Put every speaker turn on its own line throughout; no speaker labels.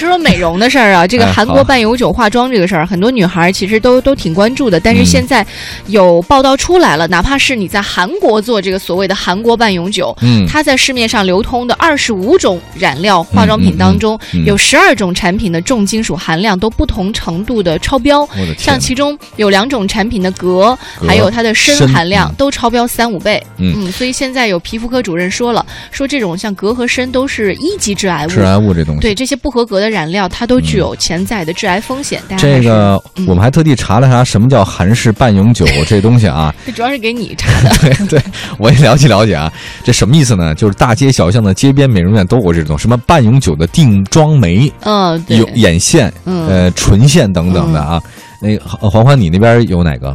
说说美容的事儿啊，这个
哎
韩
好
国半永久化妆这个事儿，很多女孩儿其实都都挺关注的。但是
嗯
现在有报道出来了，哪怕是你在韩国做这个所谓的韩国半永久，
嗯，
它在市面上流通的二十五种染料化妆品当中，
嗯嗯嗯
有十二种产品的重金属含量都不同程度的超标。
我的天
像
哪，
其中有两种产品的镉，
镉
还有它的砷
砷
含量
嗯
都超标三五倍。
嗯
所以现在有皮肤科主任说了，说这种像镉和砷都是一级致癌物。
致癌物这东西，
对这些不合格的染料，它都具有潜在的致癌风险。大家还
这
是
个
嗯
我们还特地查了查什么叫韩式半永久这东西啊，
这主要是给你查的。
对对，我也了解了解啊，这什么意思呢？就是大街小巷的街边美容院都有这种什么半永久的定妆眉、
嗯，对
有，眼线、
嗯，
呃唇线等等的啊。那个黄黄欢，你那边有哪个？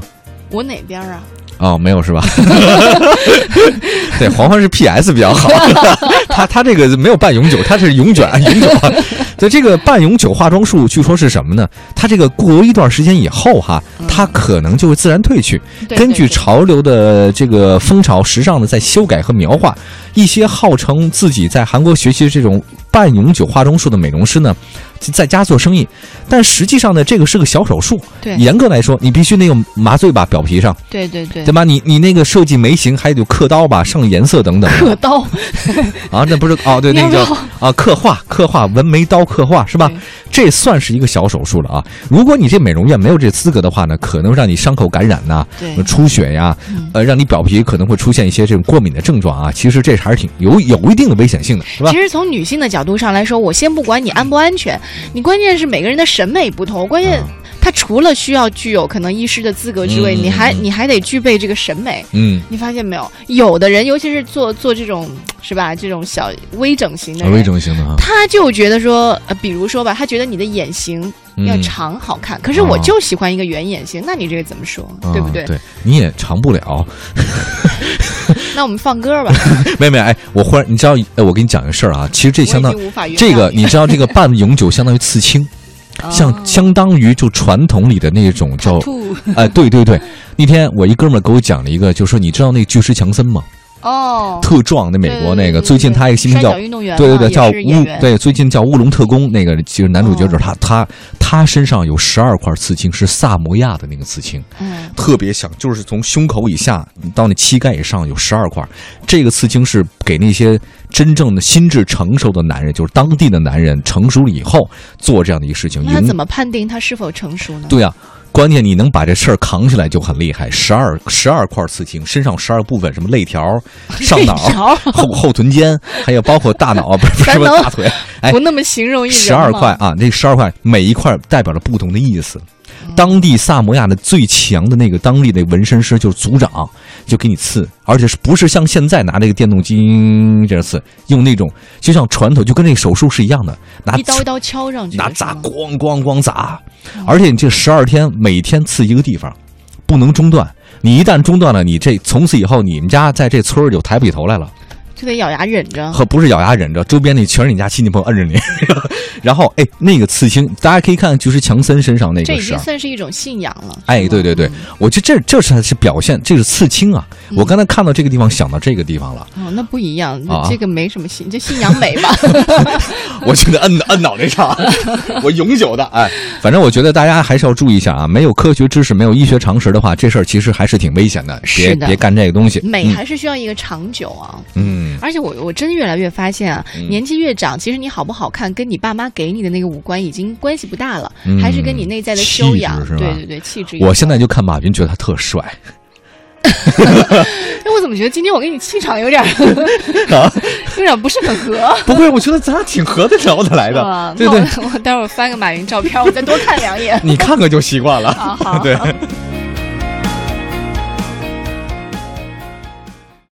我哪边儿啊？
哦，没有是吧？ 对，黄黄是 PS 比较好， 他他这个没有半永久，他是永久啊永久 啊。所以这个半永久化妆术据说是什么呢？它这个过一段时间以后哈，它可能就会自然褪去。
嗯对
根
对
据
对
潮流的这个风潮、时尚的在修改和描画，一些号称自己在韩国学习这种半永久化妆术的美容师呢，在家做生意，但实际上呢，这个是个小手术。
对
严格来说，你必须得有麻醉吧，表皮上，
对对对
对，吧？你你那个设计眉形，还得有刻刀吧，上颜色等等
可刀
啊，那不是哦，对，那个
要
叫啊刻画刻画纹眉刀刻画是吧
对？
这算是一个小手术了啊。如果你这美容院没有这资格的话呢，可能让你伤口感染呐、
对
呃出血呀、
嗯
呃，让你表皮可能会出现一些这种过敏的症状啊。其实这还是挺有有一定的危险性的，是吧
其？实从女性的角度上来说，我先不管你安不安全，你关键是每个人的审美不同，关键
啊
他除了需要具有可能医师的资格之外，
嗯
你还
嗯嗯
你还得具备这个审美。
嗯，
你发现没有？有的人，尤其是做做这种是吧，这种小微整形的
微
人，
整形的啊，
他就觉得说，呃，比如说吧，他觉得你的眼型要
嗯
长好看，可是我就喜欢一个圆眼型，那你这个怎么说，
啊
对不对？
对，你也长不了。
那我们放歌 吧，
妹妹，哎，我忽然你知道，哎，我跟你讲个事儿啊，其实这
我
相
已
当
经无法原谅
这个
你啊
你知道，这个半永久相当于刺青。
了
像相当于就传统里的那种叫
啊，吐
哎，对对对，那天我一哥们儿给我讲了一个，就说你知道那巨石强森吗？
哦，
特壮那美国那个，最近他一个新片
摔
叫
跤运动员嘛，啊
对对对
也
叫
是演
乌
员，哦
对最近叫乌龙特工那个就是男主角就是他，他他身上有十二块刺青，是萨摩亚的那个刺青。
嗯，
特别想，就是从胸口以下到那膝盖以上有十二块。这个刺青是给那些真正的心智成熟的男人，就是当地的男人成熟了以后做这样的一个事情。
那
影
怎么判定他是否成熟呢？
对啊，关键你能把这事儿扛起来就很厉害。十二十二块刺青，身上十二部分，什么肋条、上 脑、
条
后后臀尖，还有包括大脑，啊不是不是
全
不
能
是 大腿，哎
不那么形容一人
十二
嘛
块，啊，那十二块每一块代表了不同的意思。
嗯
当地萨摩亚的最强的那个当地的纹身师就是组长，就给你刺，而且是不是像现在拿这个电动机这样刺，用那种就像传统，就跟那个手术是一样的，拿
一刀一刀敲上去的是吗，
啊拿砸，咣咣咣砸，而且你这十二天每天刺一个地方，不能中断。你一旦中断了，你这从此以后你们家在这村儿就抬不起头来了。
就得咬牙忍着。
和不是咬牙忍着，周边那全是你家亲戚朋友摁着你。 然后哎，那个刺青，大家可以看，就是强森身上那
这
个
已
是
经
啊。
算是嗯一种信仰了。
哎，
是
对
吗
对对，我觉得这这才是表现，这是刺青啊！
嗯
我刚才看到这个地方，想到这个地方了，
哦，那不一样，
啊
这个没什么信，这信仰美 吧？
我觉得摁摁脑袋上，我永久的哎。反正我觉得大家还是要注意一下啊，没有科学知识，没有医学常识的话，这事儿其实还是挺危险的，别
是的
别干这个东西。
美还是需要一个长久啊。
嗯，
而且我我真越来越发现啊，年纪越长，其实你好不好看跟你爸妈给你的那个五官已经关系不大了，
嗯
还是跟你内在的
气
修
质
养，
是吧
对对对，气质有关。
我现在就看马云，觉得他特帅
哎，我怎么觉得今天我跟你气场有点儿
啊，
有点儿不是很合？
不会，我觉得咱俩挺合得聊得来
啊
的，对
那
对。。
我我待会儿翻个马云照片儿，我再多看两眼
你看看就习惯了。
好好
对。